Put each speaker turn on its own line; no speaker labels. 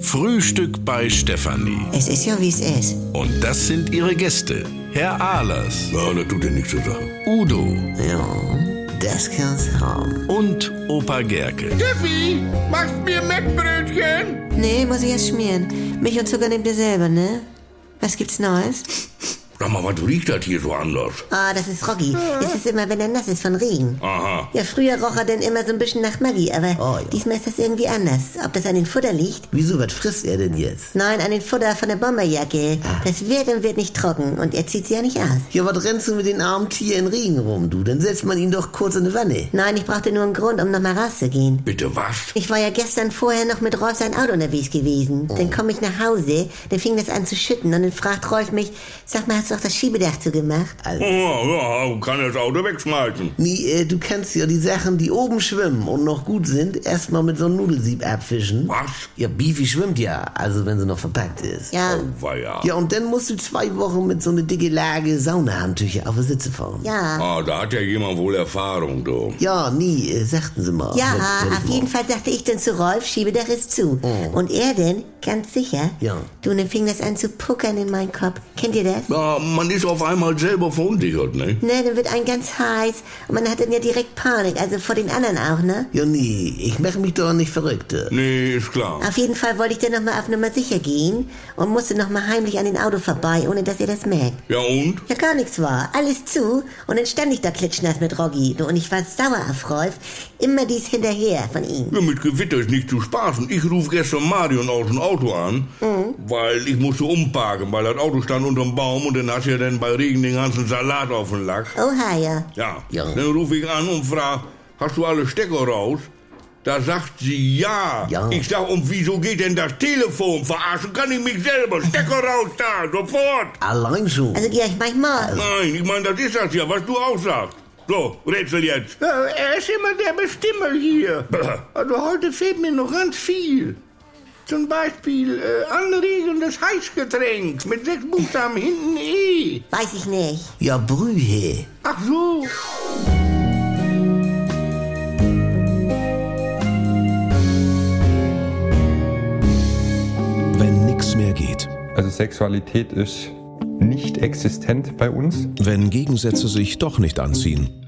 Frühstück bei Stefanie.
Es ist ja, wie es ist.
Und das sind ihre Gäste. Herr Ahlers,
Ja, das tut dir nichts zu sagen.
Udo
Ja, das kann's haben.
und Opa Gerke.
Steffi, machst du mir Mettbrötchen?
Nee, muss ich erst schmieren. Milch und Zucker nehmt ihr selber, ne? Was gibt's Neues?
Sag mal, was riecht das hier so anders?
Ah, das ist Rocky. Es ist immer, wenn er nass ist von Regen.
Aha.
Ja, früher roch er denn immer so ein bisschen nach Maggi, aber
Oh, ja.
diesmal ist das irgendwie anders. Ob das an den Futter liegt?
Wieso, was frisst er denn jetzt?
Nein, an den Futter von der Bomberjacke. Das wird und wird nicht trocken und er zieht sie ja nicht aus.
Ja, was rennst du mit den armen Tier in Regen rum, du? Dann setzt man ihn doch kurz in die Wanne.
Nein, ich brauchte nur einen Grund, um nochmal rauszugehen.
Bitte was?
Ich war ja gestern vorher noch mit Rolf sein Auto unterwegs gewesen. Dann komme ich nach Hause, dann fing das an zu schütten und dann fragt Rolf mich, sag mal, hast du auch das Schiebedach zugemacht?
Oh, ja, kann das Auto wegschmeißen.
Also, Nee, äh, du kannst ja die Sachen, die oben schwimmen und noch gut sind, erstmal mit so einem Nudelsieb abfischen.
Was? Oh,
Ja, Beefy schwimmt ja, also wenn sie noch verpackt ist.
Ja,
Weia.
Ja, und dann musst du zwei Wochen mit so einer dicke Lage Saunahandtücher auf der Sitze fahren.
ja,
Ah, da hat ja jemand wohl Erfahrung, du.
Ja, nie, äh, sagten sie mal.
ja,
Wenn- wenn
auf
ich
jeden
mal-
Fall sagte ich dann zu Rolf, Schiebedach ist zu. Und er denn, ganz sicher,
Ja.
du, und dann fing das an zu puckern in meinen Kopf. Kennt ihr das?
Ja, man ist auf einmal selber verunsichert, ne?
Ne, dann wird ein ganz heiß und man hat dann ja direkt Panik, also vor den anderen auch, ne?
Ja, nee, ich mache mich doch nicht verrückt. äh.
Nee, ist klar.
Auf jeden Fall wollte ich dann nochmal auf Nummer sicher gehen und musste nochmal heimlich an den Auto vorbei, ohne dass ihr das merkt.
Ja und?
Ja, gar nichts war. Alles zu. Und dann stand ich da klitschnass mit Roggi. Du, Und ich war sauer auf Rolf. Immer dies hinterher von ihm.
Ja, mit Gewitter ist nicht zu spaßen. Ich rufe gestern Marion aus dem Auto an, weil ich musste umparken, weil das Auto stand unterm Baum und dann hat ja dann bei Regen den ganzen Salat auf den Lack.
Oha, Oh, ja.
Ja.
Ja.
Dann rufe ich an und frage, hast du alle Stecker raus? Da sagt sie ja.
Ja.
Ich sag, und wieso geht denn das Telefon? Verarschen kann ich mich selber. Stecker raus da, sofort.
Allein schon.
Also gehe ich manchmal.
Nein, ich meine, das ist das ja, was du auch sagst. So, Rätsel jetzt.
er ist immer der Bestimmer hier. Also heute fehlt mir noch ganz viel. Zum Beispiel äh, anregendes Heißgetränk mit sechs Buchstaben hinten E.
Weiß ich nicht.
Ja, Brühe.
Ach so.
Wenn nix mehr geht.
Also Sexualität ist nicht existent bei uns.
Wenn Gegensätze sich doch nicht anziehen.